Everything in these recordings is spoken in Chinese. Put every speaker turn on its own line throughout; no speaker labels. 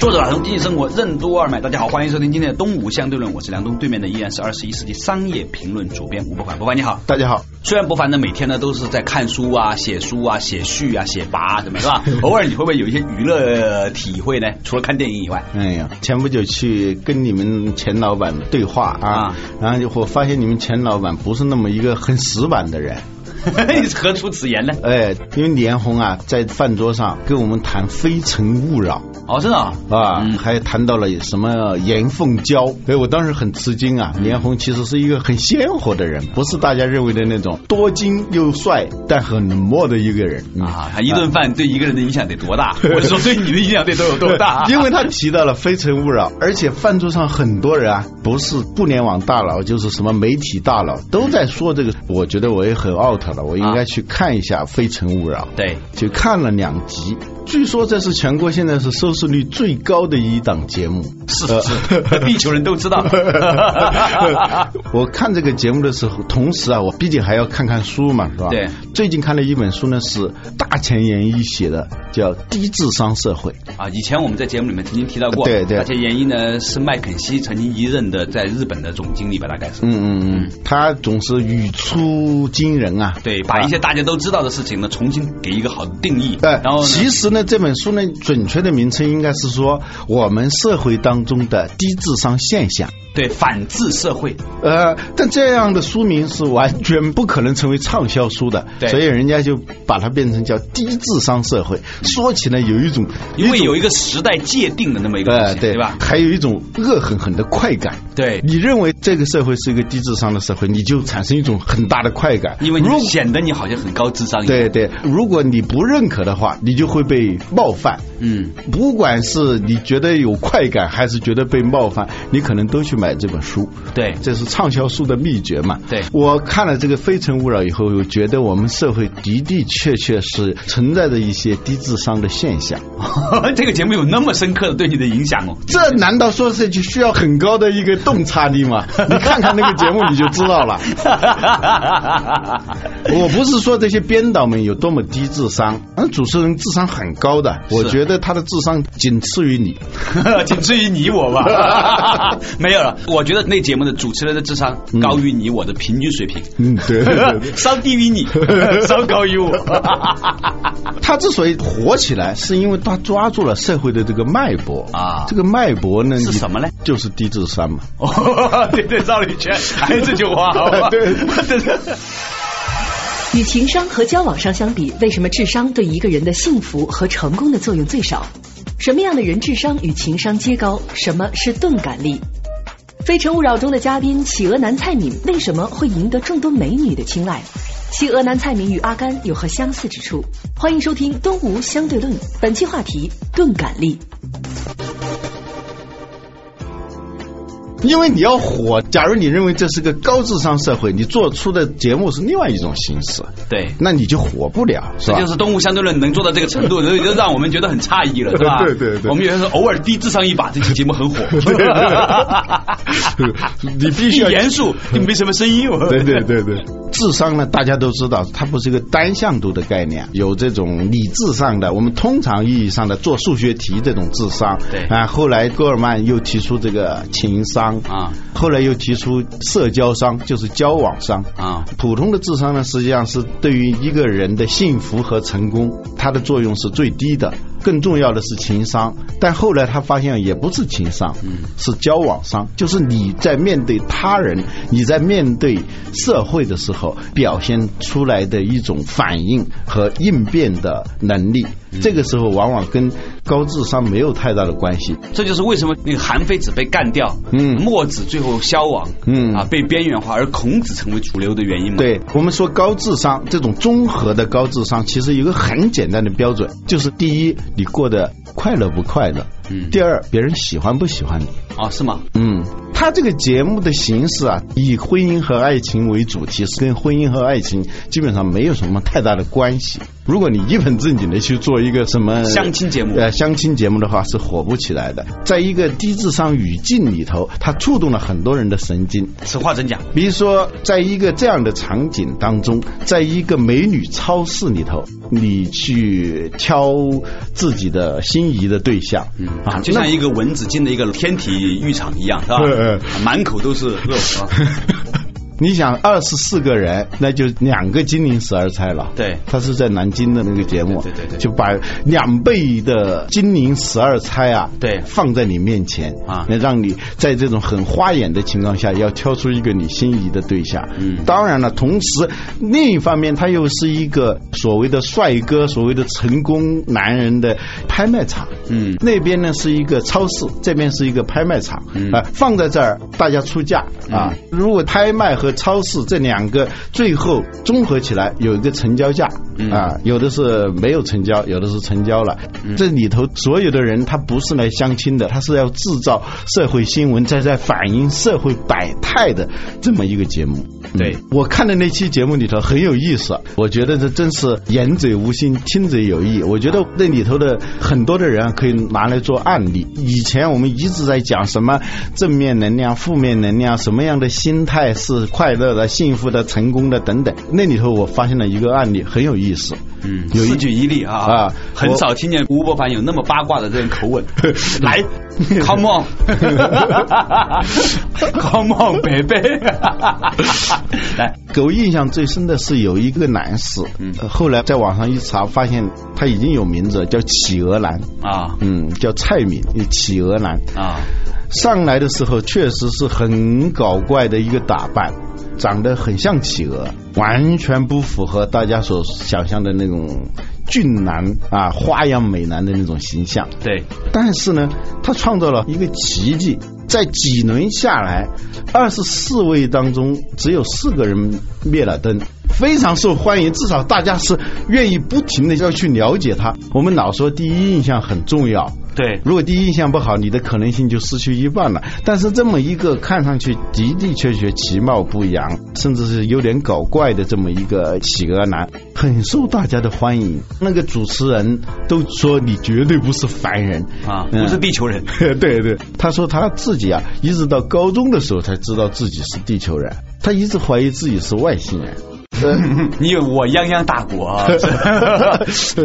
作者打通经济生活任督二脉，大家好，欢迎收听今天的《东吴相对论》，我是梁东，对面的依然是二十一世纪商业评论主编吴伯凡，伯凡你好。
大家好，
虽然伯凡呢每天呢都是在看书啊、写书啊、写序啊、写跋啊什么，是吧？偶尔你会不会有一些娱乐体会呢？除了看电影以外，
哎呀，前不久去跟你们钱老板对话啊，
啊
然后就我发现你们钱老板不是那么一个很死板的人，
你 何出此言呢？
哎，因为连红啊在饭桌上跟我们谈《非诚勿扰
哦，真的啊、》
啊，
嗯
还谈到了什么严凤娇，哎，我当时很吃惊
嗯
啊，连红其实是一个很鲜活的人，不是大家认为的那种多金又帅但很冷漠的一个人、嗯？
啊，他一顿饭对一个人的影响得多 大？我是说对你的影响得都有多大
因为他提到了《非诚勿扰》，而且饭桌上很多人啊，不是互联网大佬，就是什么媒体大佬，都在说这个。我觉得我也很 out 了，我应该去看一下《非诚勿扰》。
对，
就看了两集，据说这是全国现在是收视率最高的一档节目。
是是是，地球人都知道。
呃 我看这个节目的时候，同时啊，我毕竟还要看看书嘛，是吧？
对。
最近看了一本书呢，是大前研一写的，叫《低智商社会》。
啊，以前我们在节目里面曾经提到过，
对对
而且原因呢是麦肯锡曾经一任的在日本的总经理吧，大概是。
嗯嗯嗯，他总是语出惊人啊。
对，把一些大家都知道的事情呢，重新给一个好的定义。
呃，
然后呢
其实呢，这本书呢，准确的名称应该是说我们社会当中的低智商现象。
对反制社会，
呃，但这样的书名是完全不可能成为畅销书的，
对
所以人家就把它变成叫低智商社会。说起来有一种，
因为
一种
有一个时代界定的那么一个东
呃
西，
对
对吧？
还有一种恶狠狠的快感。
对，
你认为这个社会是一个低智商的社会，你就产生一种很大的快感，
因为你显得你好像很高智商一样。
对对，如果你不认可的话，你就会被冒犯。
嗯，
不管是你觉得有快感，还是觉得被冒犯，你可能都去买这本书。
对
这是畅销书的秘诀嘛？
对
我看了这个《非诚勿扰》以后，我觉得我们社会的的确确是存在着一些低智商的现象。
这个节目有那么深刻的对你的影响哦。
这难道说是就需要很高的一个洞察 力吗？你看看那个节目你就知道了。我不是说这些编导们有多么低智商，嗯，主持人智商很高的，我觉得他的智商仅次 于你。
仅次于你我吧， 没有了。我觉得那节目的主持人的智商高于你我的平均 水平，
嗯，对对对对
稍低于 你，稍高 于我。
他之所以火起来，是因为他抓住了社会的这个脉搏
啊
这个脉搏呢
是什么呢？
你就是低智商嘛。
哦， 对对，绕了一圈，还是这句话，好吧？
对
对对。
与情商和交往上相比，为什么智商对一个人的幸福和成功的作用最少？什么样的人智商与情商皆高？什么是钝感力？《非诚勿扰》中的嘉宾企鹅男蔡敏为什么会赢得众多美女的青睐？企鹅男蔡敏与阿甘有何相似之处？欢迎收听《东吴相对论》，本期话题：钝感力。
因为你要火，假如你认为这是个高智商社会，你做出的节目是另外一种形式，
对
那你就火不了，是
这
吧？
就是东吴相对论能做到这个 程度，就就让我们觉得很诧异了，是吧？
对对对
我们有些时候偶尔低智商一把，这期节目很火。
你必须
一
要
严肃，就没什么声音。我
对对对对，智商呢，大家都知道，它不是一个单向度的概念，有这种理智上的，我们通常意义上的做数学题这种智商。
对
啊，后来戈尔曼又提出这个情商
啊，
后来又提出社交商，就是交往商。
啊，
普通的智商呢，实际上是对于一个人的幸福和成功，它的作用是最低的。更重要的是情商，但后来他发现也不是情商，是交往商，就是你在面对他人、你在面对社会的时候表现出来的一种反应和应变的能力。这个时候往往跟高智商没有太大的关系。
这就是为什么那个韩非子被干掉，
嗯
墨子最后消亡，
嗯
啊，被边缘化，而孔子成为主流的原因嘛。，
对我们说高智商这种综合的高智商，其实有一个很简单的标准，就是第一，你过得快乐不快乐；
嗯
第二，别人喜欢不喜欢你。
啊，是吗？
嗯，他这个节目的形式啊，以婚姻和爱情为主题，是跟婚姻和爱情基本上没有什么太大的关系。如果你一本正经的去做一个什么
相亲节目
呃，相亲节目的话是火不起来的。在一个低智商语境里头，它触动了很多人的神经。
此话怎讲？
比如说，在一个这样的场景当中，在一个美女超市里头，你去挑自己的心仪的对象，嗯
啊，就像一个蚊子进了一个天体浴场一样，是吧？
嗯
满口都是肉，是吧？
你想二十四个人，那就两个金陵十二钗了。
对
他是在南京的那个节目，
对对对对
就把两倍的金陵十二钗啊，
对
放在你面前
啊
那让你在这种很花眼的情况下，要挑出一个你心仪的对象。
嗯
当然了，同时另一方面，它又是一个所谓的帅哥、所谓的成功男人的拍卖场。
嗯
那边呢是一个超市，这边是一个拍卖场，
嗯
啊、放在这儿大家出价啊。如果拍卖和超市这两个最后综合起来有一个成交价，
嗯
啊，有的是没有成交，有的是成交了。
嗯
这里头所有的人他不是来相亲的，他是要制造社会新闻，在在反映社会百态的这么一个节目。嗯
对
我看的那期节目里头很有意思，我觉得这真是言者无心，听者有意。我觉得那里头的很多的人啊可以拿来做案例。以前我们一直在讲什么正面能量、负面能量，什么样的心态是快乐的、幸福的、成功的等等。那里头我发现了一个案例，很有意思。
嗯，
有一
四举一例啊，
啊
很少听见吴伯凡有那么八卦的这种口 吻。来，Come on，Come on，贝贝，来，
给我印象最深的是有一个男士，
嗯
呃后来在网上一查，发现他已经有名字了，叫企鹅男，
啊
嗯，叫蔡敏，企鹅男。
啊，
上来的时候确实是很搞怪的一个打扮，长得很像企鹅，完全不符合大家所想象的那种俊男啊、花样美男的那种形象。
对，
但是呢，他创造了一个奇迹，在几轮下来，二十四位当中只有四个人灭了灯，非常受欢迎。至少大家是愿意不停的要去了解他。我们老说第一印象很重要，
对
如果第一印象不好，你的可能性就失去一半了。但是这么一个看上去的的确确其貌不扬，甚至是有点搞怪的这么一个企鹅男，很受大家的欢迎。那个主持人都说你绝对不是凡人
啊，
嗯
不是地球人，
对对，他说他自己啊，一直到高中的时候才知道自己是地球人，他一直怀疑自己是外星人。
你有我泱泱大国 啊，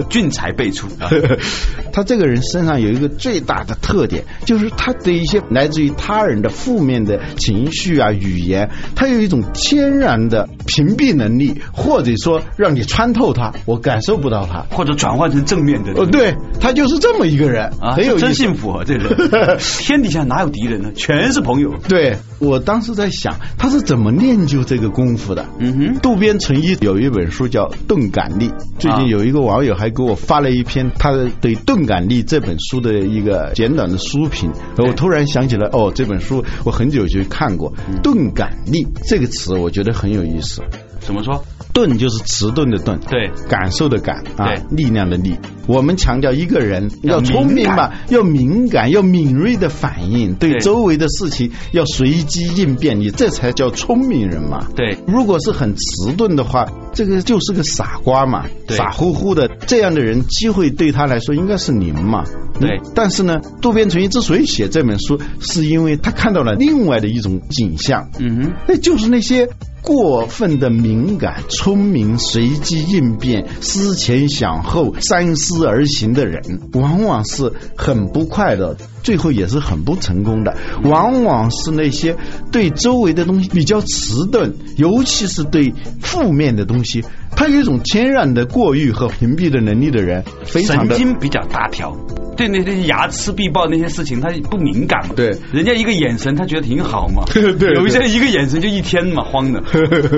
俊才辈出啊，
他这个人身上有一个最大的特点，就是他对一些来自于他人的负面的情绪啊、语言，他有一种天然的屏蔽能力，或者说让你穿透他，我感受不到他。
或者转换成正面的。
哦，对他就是这么一个人，
啊，
很有意
真
思。
幸福啊！这人， 天底下哪有敌人呢？全是朋友。
对我当时在想，他是怎么练就这个功夫的？
嗯哼，
渡边淳一有一本书叫《钝感力》，最近有一个网友还给我发了一篇他对《钝感力》这本书的一个简短的书评，我突然想起来，哦，这本书我很久就看过，《钝感力》这个词我觉得很有意思。
怎么说？
钝就是迟钝的钝，
对，
感受的感啊
对，
力量的力。我们强调一个人要聪明
敏
吧，要敏感，要敏锐的反应，对
对
周围的事情要随机应变，你这才叫聪明人嘛。
对，
如果是很迟钝的话，这个就是个傻瓜嘛，
对
傻乎乎的这样的人，机会对他来说应该是零嘛。
对
嗯但是呢，渡边淳一之所以写这本书，是因为他看到了另外的一种景象，
嗯哼，
那哎就是那些过分的敏感、聪明、随机应变、思前想后、三思而行的人，往往是很不快乐，最后也是很不成功的。往往是那些对周围的东西比较迟钝，尤其是对负面的东西，他有一种天然的过滤和屏蔽的能力的人，非常
神
的
经比较大条。对那些睚眦必报那些事情，他不敏感嘛。
对
人家一个眼神，他觉得挺好嘛。
对对
有一些人一个眼神就一天嘛，慌的。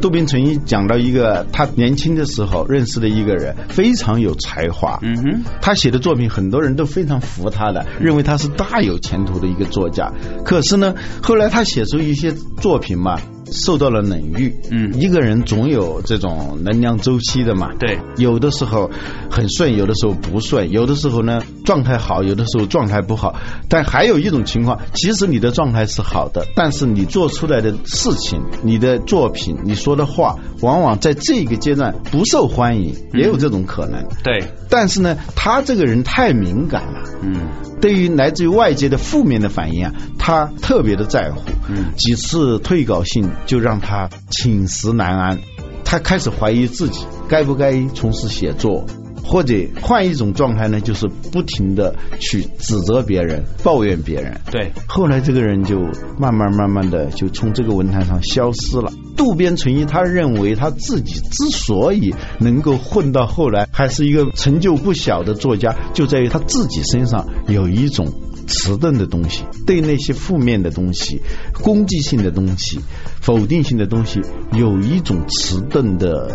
杜宾曾经讲到一个他年轻的时候认识的一个人，非常有才华。
嗯哼，
他写的作品很多人都非常服他的，认为他是大有前途的一个作家。可是呢，后来他写出一些作品嘛，受到了冷遇。
嗯
一个人总有这种能量周期的嘛。
对，
有的时候很顺，有的时候不顺，有的时候呢状态好，有的时候状态不好。但还有一种情况，其实你的状态是好的，但是你做出来的事情、你的作品、你说的话，往往在这个阶段不受欢迎，
嗯
也有这种可能。
对，
但是呢，他这个人太敏感了，
嗯，
对于来自于外界的负面的反应啊，他特别的在乎。
嗯
几次退稿信就让他寝食难安，他开始怀疑自己该不该从事写作。或者换一种状态呢，就是不停的去指责别人、抱怨别人。
对，
后来这个人就慢慢慢慢的就从这个文坛上消失了。渡边淳一他认为他自己之所以能够混到后来还是一个成就不小的作家，就在于他自己身上有一种迟钝的东西，对那些负面的东西、攻击性的东西、否定性的东西有一种迟钝的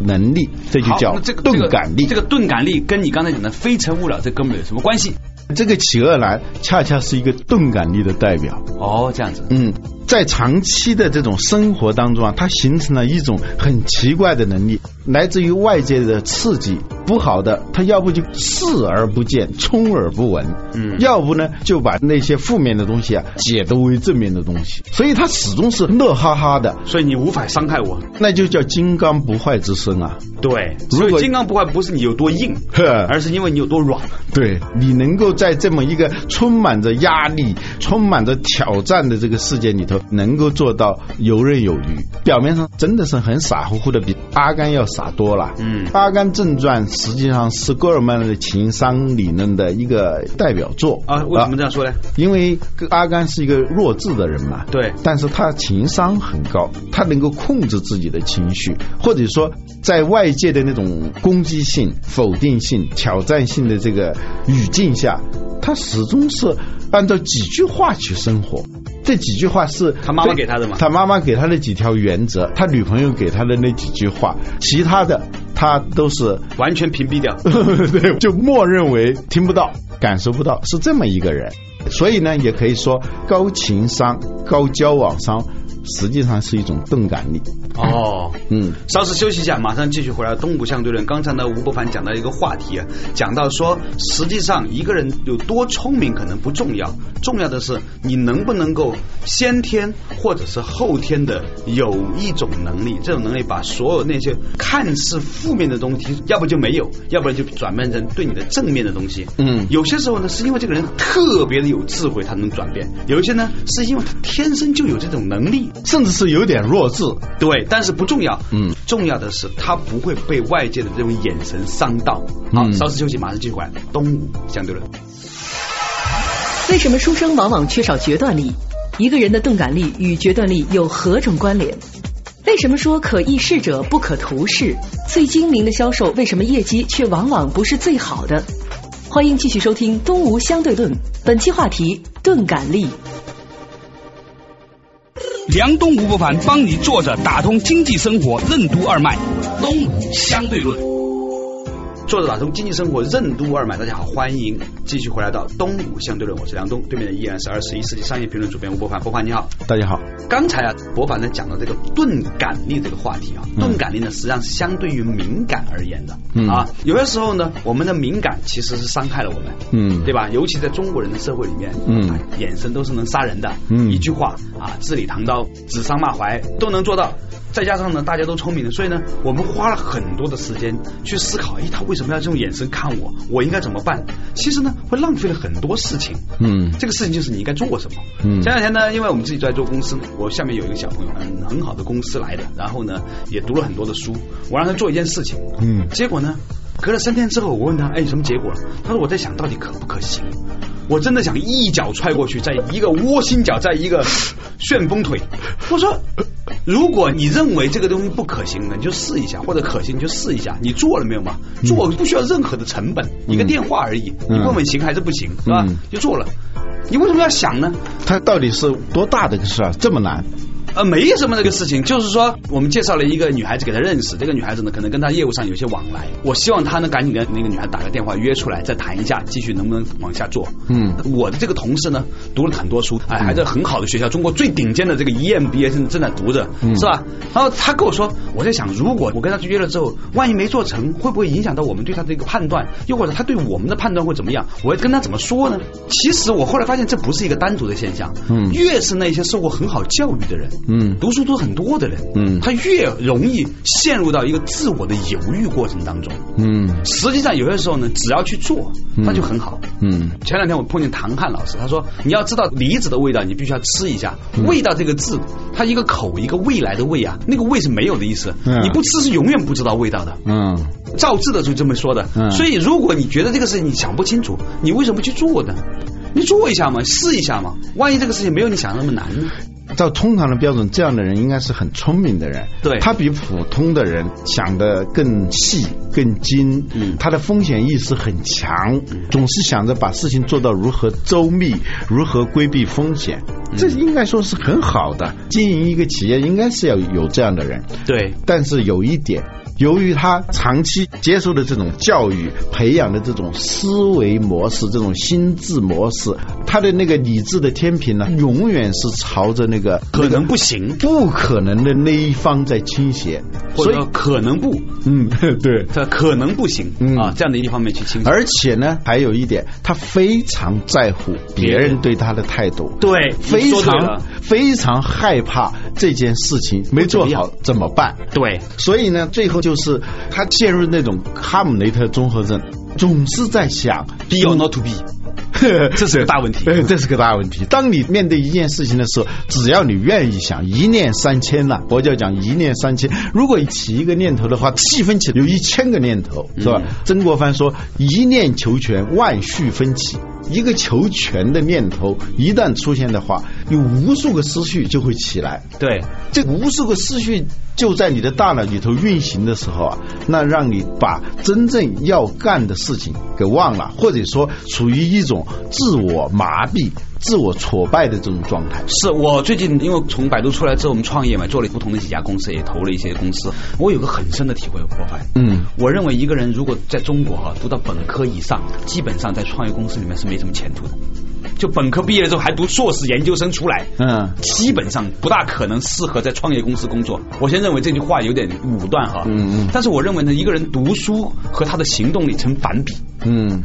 能力，这就
好，
叫
那这个
钝感力。
这个这个钝感力跟你刚才讲的非诚勿扰这哥们儿有什么关系？
这个企鹅男恰恰是一个钝感力的代表。
哦，这样子，
嗯，在长期的这种生活当中啊，它形成了一种很奇怪的能力，来自于外界的刺激，不好的，他要不就视而不见，充耳不闻，
嗯
要不呢就把那些负面的东西啊解读为正面的东西，所以他始终是乐哈哈的，
所以你无法伤害我。
那就叫金刚不坏之身啊。
对，
如
所
果
以金刚不坏不是你有多硬，
呵
而是因为你有多软。
对你能够在这么一个充满着压力、充满着挑战的这个世界里头，能够做到游刃有余，表面上真的是很傻乎乎的，比阿甘要傻多了。
嗯
《阿甘正传》实际上是戈尔曼的情商理论的一个代表作
啊，为什么这样说呢？
因为阿甘是一个弱智的人嘛，
对
但是他情商很高，他能够控制自己的情绪，或者说在外界的那种攻击性、否定性、挑战性的这个语境下，他始终是按照几句话去生活。这几句话是
他妈妈给他的吗
他妈妈给他的几条原则，他女朋友给他的那几句话，其他的他都是
完全屏蔽掉。
对，就默认为听不到、感受不到，是这么一个人。所以呢，也可以说高情商、高交往商，实际上是一种钝感力。
哦，
嗯，
稍事休息一下，马上继续回来。东吴相对论，刚才呢，吴伯凡讲到一个话题啊，讲到说，实际上一个人有多聪明可能不重要，重要的是你能不能够先天或者是后天的有一种能力，这种能力把所有那些看似负面的东西，要不就没有，要不然就转变成对你的正面的东西。
嗯
有些时候呢，是因为这个人特别的有智慧，他能转变；有一些呢，是因为他天生就有这种能力，
甚至是有点弱智。
对，但是不重要。
嗯，
重要的是他不会被外界的这种眼神伤到。好，
嗯
稍事休息，马上继续回来。东吴相对论，
为什么书生往往缺少决断力？一个人的钝感力与决断力有何种关联？为什么说可易事者不可图事？最精明的销售为什么业绩却往往不是最好的？欢迎继续收听《东吴相对论》，本期话题：钝感力。
梁东吴不凡帮你坐着打通经济生活任督二脉，东吴相对论。
作者打通经济生活任督二脉。大家好，欢迎继续回来到东吴相对论，我是梁东，对面的依然是二十一世纪商业评论主编吴伯凡。伯凡你好，
大家好，
刚才啊，博凡呢讲到这个钝感力这个话题啊，钝感力呢实际上是相对于敏感而言的、
嗯
啊。有些时候呢，我们的敏感其实是伤害了我们，
嗯
对吧？尤其在中国人的社会里面，
嗯
啊，眼神都是能杀人的，
嗯
一句话啊，字里行刀、指桑骂槐都能做到。再加上呢，大家都聪明的，所以呢，我们花了很多的时间去思考，诶，他为什么要这种眼神看我？我应该怎么办？其实呢，会浪费了很多事情。
嗯
这个事情就是你应该做过什么。
嗯
前两天呢，因为我们自己都在做公司，我下面有一个小朋友，嗯，很好的公司来的，然后呢也读了很多的书，我让他做一件事情，
嗯
结果呢，隔了三天之后，我问他，哎，什么结果？他说我在想到底可不可行。我真的想一脚踹过去，在一个窝心脚，在一个旋风腿。我说，如果你认为这个东西不可行的，你就试一下，或者可行你就试一下。你做了没有嘛？做
嗯
不需要任何的成本，一个电话而已，你问问行还是不行，是吧
嗯？
就做了。你为什么要想呢？
它到底是多大的一个事儿，这么难？
呃，没什么那个事情，就是说我们介绍了一个女孩子给他认识，这个女孩子呢可能跟他业务上有些往来，我希望他能赶紧跟那个女孩打个电话约出来，再谈一下，继续能不能往下做。
嗯，
我的这个同事呢读了很多书，哎，还在很好的学校，中国最顶尖的这个 E EMBA 正啊正在读着，是吧？然后他跟我说，我在想，如果我跟他去约了之后，万一没做成，会不会影响到我们对他的一个判断，又或者他对我们的判断会怎么样？我要跟他怎么说呢？其实我后来发现，这不是一个单独的现象，
嗯
越是那些受过很好教育的人，
嗯
读书读很多的人，
嗯
他越容易陷入到一个自我的犹豫过程当中。
嗯
实际上，有些时候呢，只要去做，那就很好。
嗯
前两天我碰见唐汉老师，他说你要知道梨子的味道，你必须要吃一下。
嗯
味道这个字，它一个口一个未来的未啊，那个味是没有的意思。
嗯
你不吃是永远不知道味道的。
嗯
赵志的就这么说的。
嗯
所以如果你觉得这个事情你想不清楚，你为什么不去做呢？你做一下嘛，试一下嘛，万一这个事情没有你想的那么难呢？
照通常的标准，这样的人应该是很聪明的人，
对
他比普通的人想的更细、更精，
嗯
他的风险意识很强，总是想着把事情做到如何周密、如何规避风险，
嗯
这应该说是很好的。经营一个企业应该是要有这样的人，
对，
但是有一点，由于他长期接受的这种教育、培养的这种思维模式、这种心智模式，他的那个理智的天平呢，永远是朝着那个
可能不行，
不可能的那一方在倾斜，
或
所
者
以
说可能不，
嗯， 对。
它可能不行、
嗯
啊，这样的一方面去倾斜。
而且呢，还有一点，他非常在乎别人对他的态度，
对，
非
你说对
常
了
非常害怕这件事情没做好怎么办？
对，
所以呢，最后就是他陷入那种哈姆雷特综合症，总是在想
be or not to be，这是个大问题
对 这是个大问题。当你面对一件事情的时候，只要你愿意想，一念三千呐、佛教讲一念三千。如果起一个念头的话，细分起有一千个念头，是吧？曾国藩说：“一念求全，万绪纷起。”一个求全的念头一旦出现的话，有无数个思绪就会起来。
对，
这无数个思绪就在你的大脑里头运行的时候啊，那让你把真正要干的事情给忘了，或者说处于一种自我麻痹、自我挫败的这种状态。
是我最近因为从百度出来之后，我们创业嘛，做了不同的几家公司，也投了一些公司。我有个很深的体会，我发现，
嗯，
我认为一个人如果在中国哈、啊读到本科以上，基本上在创业公司里面是没什么前途的。就本科毕业了之后还读硕士研究生出来，
嗯
基本上不大可能适合在创业公司工作。我先认为这句话有点武断哈，
嗯嗯
但是我认为呢，一个人读书和他的行动力成反比，
嗯，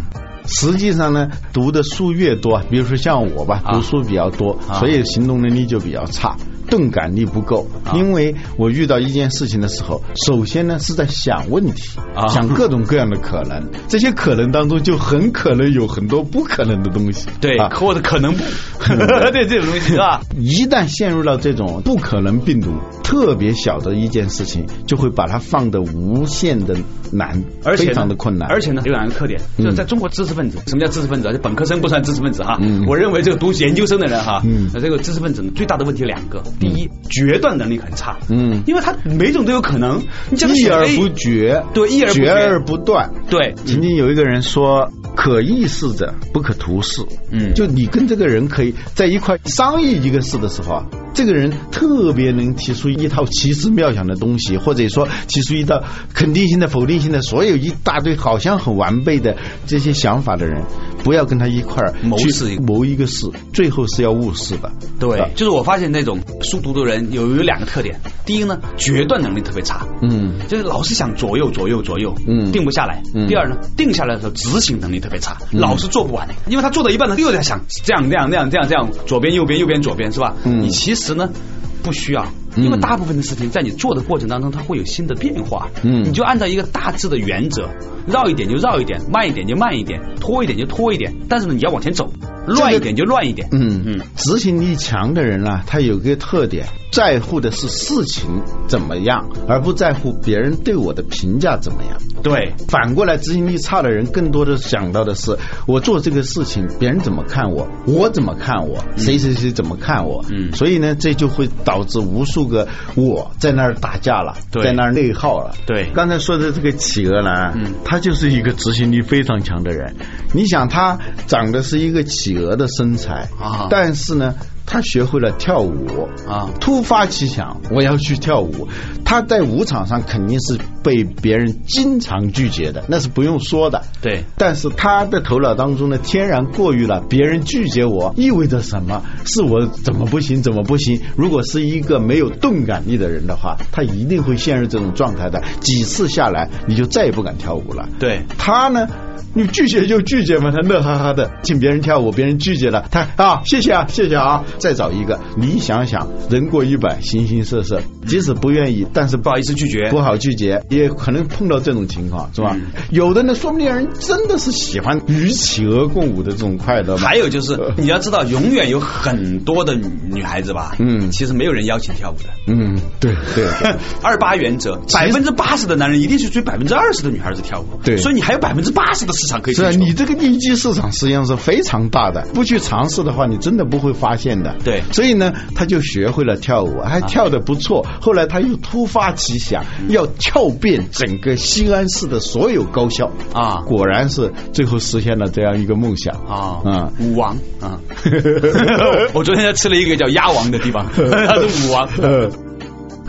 实际上呢，读的书越多，比如说像我吧，
啊
读书比较多，
啊
所以行动能力就比较差，钝感力不够。
啊
因为我遇到一件事情的时候，首先呢是在想问题，
啊
想各种各样的可能，这些可能当中就很可能有很多不可能的东西。
对，
啊嗯
可或者可能不， 对这种东西是吧？
一旦陷入到这种不可能病毒，特别小的一件事情，就会把它放的无限的难，
而且呢
非常的困难，嗯
而且呢，有两个特点，就是在中国知识分子，什么叫知识分子啊？就本科生不算知识分子哈。我认为这个读研究生的人哈，
嗯
这个知识分子呢最大的问题有两个，第一，决断能力很差，
嗯
因为他每种都有可能，你叫他
一
选
而
A，
不决，
对一而不决
决而不断。
对，
曾经有一个人说：“可议事者不可图事。”
嗯
就你跟这个人可以在一块商议一个事的时候啊，这个人特别能提出一套奇思妙想的东西，或者说提出一套肯定性的、否定性的，所有一大堆好像很完备的这些想法的人，不要跟他一块儿
谋
去
事
谋一个事，最后是要误事的。
对
啊，
就是我发现那种书读的人有有两个特点，第一呢，决断能力特别差，
嗯
就是老是想左右左右左右，
嗯
定不下来。
嗯
第二呢，定下来的时候执行能力特别差，老是做不完，因为他做到一半呢又在想这样那样那样这样这样，左边右边右边左边是吧？
嗯
你其实呢不需要。因为大部分的事情在你做的过程当中，它会有新的变化。
嗯
你就按照一个大致的原则，绕一点就绕一点，慢一点就慢一点，拖一点就拖一点。但是呢，你要往前走。乱一点就乱一点。
嗯嗯，执行力强的人呢、啊他有个特点，在乎的是事情怎么样，而不在乎别人对我的评价怎么样。
对，
反过来，执行力差的人更多的想到的是，我做这个事情，别人怎么看我，我怎么看我，谁谁谁怎么看我。
嗯
所以呢，这就会导致无数个我在那儿打架了，
对
在那儿内耗了。
对
刚才说的这个企鹅男，
嗯
他就是一个执行力非常强的人。你想，他长得是一个企鹅的身材
啊
但是呢，他学会了跳舞
啊
突发奇想，我要去跳舞。他在舞场上肯定是被别人经常拒绝的，那是不用说的。
对，
但是他的头脑当中呢，天然过于了别人拒绝我意味着什么？是我怎么不行，怎么不行？如果是一个没有动感力的人的话，他一定会陷入这种状态的。几次下来，你就再也不敢跳舞了。
对，
他呢，你拒绝就拒绝嘛，他乐哈哈的，请别人跳舞，别人拒绝了，他啊，谢谢啊，谢谢啊，再找一个。你想想，人过一百，形形色色，即使不愿意，但是
不好意思拒绝
不好拒绝，也可能碰到这种情况，是吧？
嗯
有的呢，说不定人真的是喜欢与企鹅共舞的这种快乐嘛
还。有 就是，你要知道，永远有很多的女孩子吧，
嗯
其实没有人邀请跳舞的。
嗯，对对对
二八原则，百分之八十的男人一定是追百分之二十的女孩子跳舞，
对
所以你还有百分之八十的市场可以
是啊，
追求
你这个利基市场实际上是非常大的，不去尝试的话，你真的不会发现的。
对啊
所以呢，他就学会了跳舞，还跳得不错。后来他又突发奇想，
嗯
要跳遍整个西安市的所有高校
啊
果然是最后实现了这样一个梦想
啊，
嗯，
舞王 啊， 我昨天才吃了一个叫鸭王的地方，他是舞王，
呃，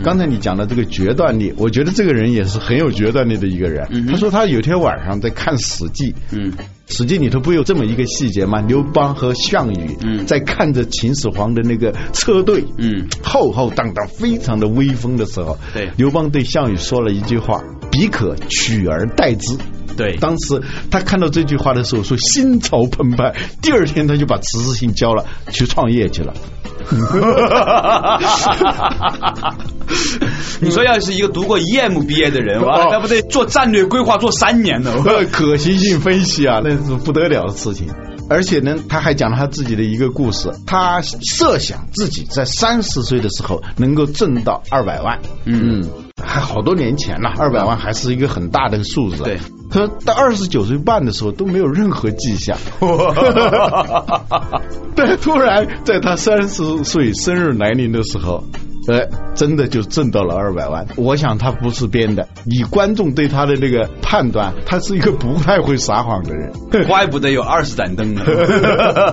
刚才你讲的这个决断力，我觉得这个人也是很有决断力的一个人。他说他有天晚上在看《史记》，
嗯，
《史记》里头不有这么一个细节吗？刘邦和项羽
嗯
在看着秦始皇的那个车队，
嗯，
浩浩荡荡，非常的威风的时候，
对
刘邦对项羽说了一句话：“彼可取而代之。”
对
当时他看到这句话的时候，说心潮澎湃。第二天他就把辞职信交了，去创业去了。
你说要是一个读过 E EM 毕业的人，
哦
哇，那不得做战略规划做三年 呢？
呃，可行性分析 啊，那是不得了的事情。而且呢，他还讲了他自己的一个故事，他设想自己在三十岁的时候能够挣到二百万，嗯，还好多年前了，二百万还是一个很大的数字。
对，
他说到二十九岁半的时候都没有任何迹象， 但突然在他三十岁生日来临的时候，呃，真的就挣到了二百万。我想他不是编的，以观众对他的那个判断，他是一个不太会撒谎的人。
怪不得有二十盏 灯呢。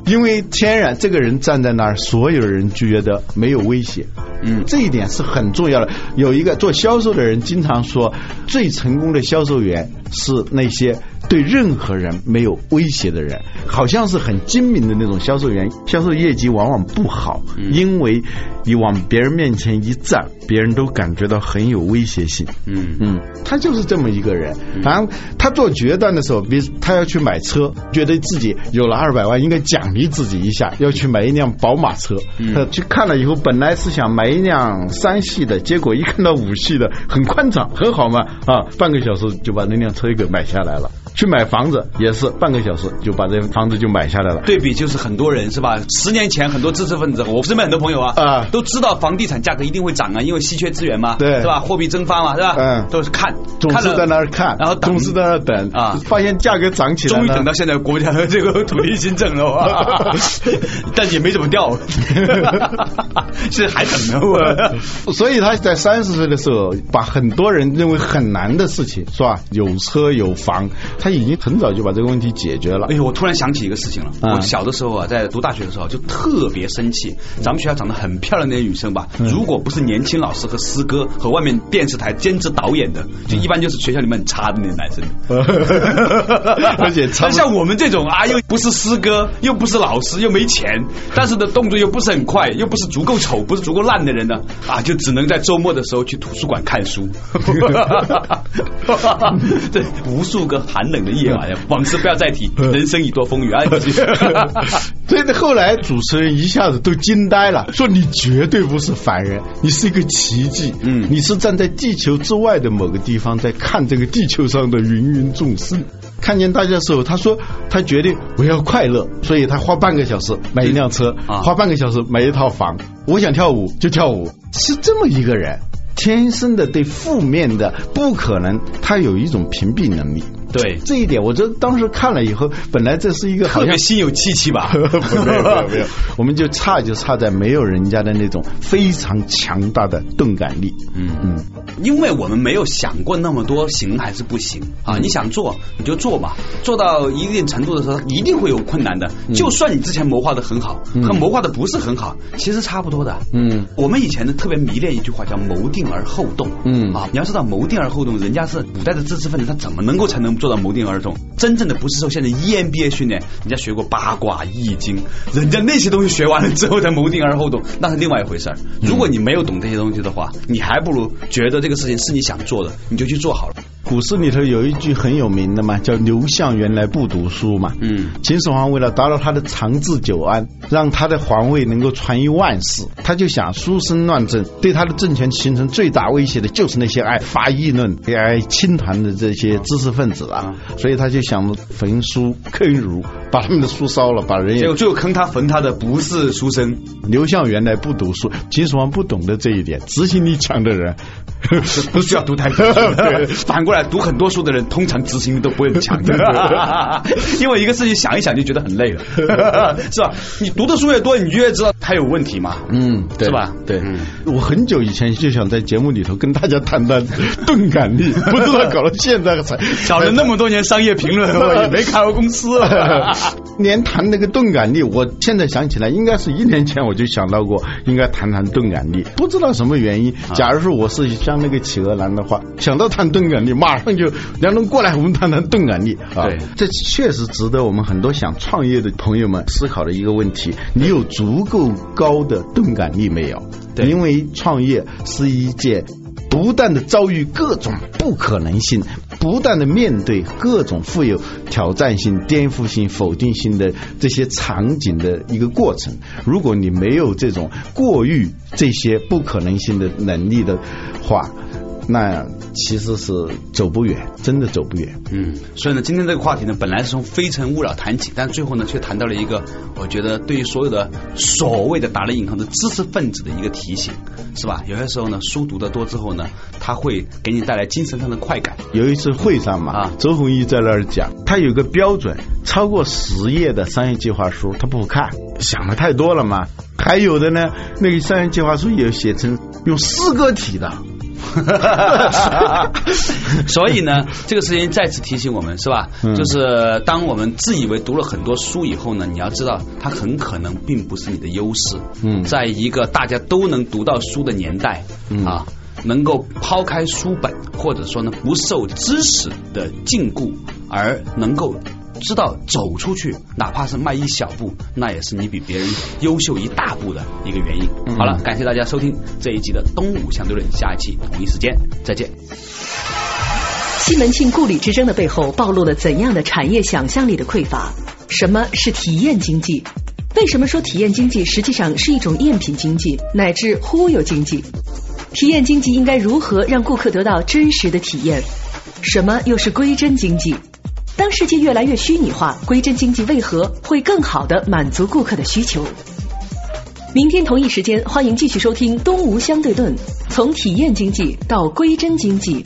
因为天然这个人站在那儿，所有人觉得没有威胁，
嗯
这一点是很重要的。有一个做销售的人经常说，最成功的销售员是那些对任何人没有威胁的人，好像是很精明的那种销售员，销售业绩往往不好，因为你往别人面前一站，别人都感觉到很有威胁性。
嗯，
嗯，他就是这么一个人。然后他做决断的时候，比如他要去买车，觉得自己有了二百万，应该奖励自己一下，要去买一辆宝马车。
嗯
他去看了以后，本来是想买一辆三系的，结果一看到五系的，很宽敞，很好嘛，啊，半个小时就把那辆车给买下来了。去买房子也是半个小时就把这房子就买下来了。
对比就是很多人是吧？十年前很多知识分子，我身边很多朋友啊，
啊
都知道房地产价格一定会涨啊，因为稀缺资源嘛，
对
是吧？货币蒸发嘛，是吧？
嗯
都是看，
总
看
是
了
在那儿看，
然后等
总是在那儿等
啊
发现价格涨起来
终
了，
于等到现在国家的这个土地新政了， 哇但也没怎么掉， 是还等呢。我
所以他在三十岁的时候，把很多人认为很难的事情，是吧？有车有房，他已经很早就把这个问题解决了
哎。呦，我突然想起一个事情了。
啊
我小的时候啊，在读大学的时候就特别生气，咱们学校长得很漂亮的女生吧，
嗯
如果不是年轻老师和师哥和外面电视台兼职导演的，就一般就是学校里面很差的那些男生。
而且差
但
不
像我们这种啊，又不是师哥，又不是老师，又没钱，但是呢动作又不是很快，又不是足够丑，不是足够烂的人呢，啊，就只能在周末的时候去图书馆看书。 对，无数个寒冷的夜晚，往事不要再 提，人生已多风雨啊！继续
所以后来主持人一下子都惊呆了，说你绝对不是凡人，你是一个奇迹，
嗯
你是站在地球之外的某个地方，在看这个地球上的芸芸众生。看见大家的时候，他说他决定我要快乐，所以他花半个小时买一辆车，
啊
花半个小时买一套房。我想跳舞就跳舞，是这么一个人，天生的对负面的不可能，他有一种屏蔽能力。
对，
这一点，我觉得当时看了以后，本来这是一个好
特
像。
别心有戚戚吧
没有没有没有，我们就差就差在没有人家的那种非常强大的钝感力。嗯嗯，
因为我们没有想过那么多行还是不行啊！你想做你就做吧，做到一定程度的时候一定会有困难的。就算你之前谋划的很好，和谋划的不是很好，其实差不多的。
嗯，
我们以前呢特别迷恋一句话叫“谋定而后动”。
嗯
啊，你要知道谋定而后动，人家是古代的知识分子，他怎么能够才能做到谋定而动？真正的 E 不是受现在 EMBA 训练，人家学过八卦、易经，人家那些东西学完了之后才谋定而后动，那是另外一回事儿。如果你没有懂这些东西的话，你还不如觉得这个事情是你想做的，你就去做好了。
古诗里头有一句很有名的嘛，叫“刘向原来不读书”嘛。
嗯，
秦始皇为了达到他的长治久安，让他的皇位能够传于万世，他就想书生乱政，对他的政权形成最大威胁的就是那些爱发议论、爱清谈的这些知识分子啊，
嗯
所以他就想焚书坑儒，把他们的书烧了，把人也
结果最后坑他坟他的不是书生，
刘向原来不读书，秦始皇不懂得这一点，执行力强的人
不需要读太多
对。
反过来，读很多书的人，通常执行力都不会很强
对
的， 因为一个事情想一想就觉得很累了，是吧？你读的书越多，你就越知道它有问题嘛。
嗯，对
是吧
对，我很久以前就想在节目里头跟大家谈谈钝感力，不知道搞到现在才
找了那么多年商业评论，我也没开过公司 了。
连谈那个钝感力，我现在想起来，应该是一年前我就想到过，应该谈谈钝感力。不知道什么原因，
啊
假如说我是像那个企鹅男的话，想到谈钝感力，马上就梁龙过来，我们谈谈钝感力啊。
对，
这确实值得我们很多想创业的朋友们思考的一个问题：你有足够高的钝感力没有？
对
因为创业是一件。不断的遭遇各种不可能性，不断的面对各种富有挑战性、颠覆性、否定性的这些场景的一个过程。如果你没有这种过于这些不可能性的能力的话，那其实是走不远，真的走不远。
嗯，所以呢，今天这个话题呢，本来是从《非诚勿扰》谈起，但最后呢，却谈到了一个我觉得对于所有的所谓的打了引号的知识分子的一个提醒，是吧？有些时候呢，书读得多之后呢，它会给你带来精神上的快感。
有一次会上嘛，
啊
周鸿祎在那儿讲，他有个标准，超过十页的商业计划书他不看，想的太多了嘛。还有的呢，那个商业计划书也写成用诗歌体的，
所以呢，这个事情再次提醒我们，是吧？
嗯
就是当我们自以为读了很多书以后呢，你要知道，它很可能并不是你的优势。
嗯
在一个大家都能读到书的年代，
嗯
啊。能够抛开书本，或者说呢不受知识的禁锢，而能够知道走出去，哪怕是迈一小步，那也是你比别人优秀一大步的一个原因。好了，感谢大家收听这一集的《东吴相对论》，下一期同一时间再见。
西门庆故里之争的背后，暴露了怎样的产业想象力的匮乏？什么是体验经济？为什么说体验经济实际上是一种赝品经济，乃至忽悠经济？体验经济应该如何让顾客得到真实的体验？什么又是归真经济？当世界越来越虚拟化，归真经济为何会更好的满足顾客的需求？明天同一时间，欢迎继续收听《东吴相对论》，从体验经济到归真经济，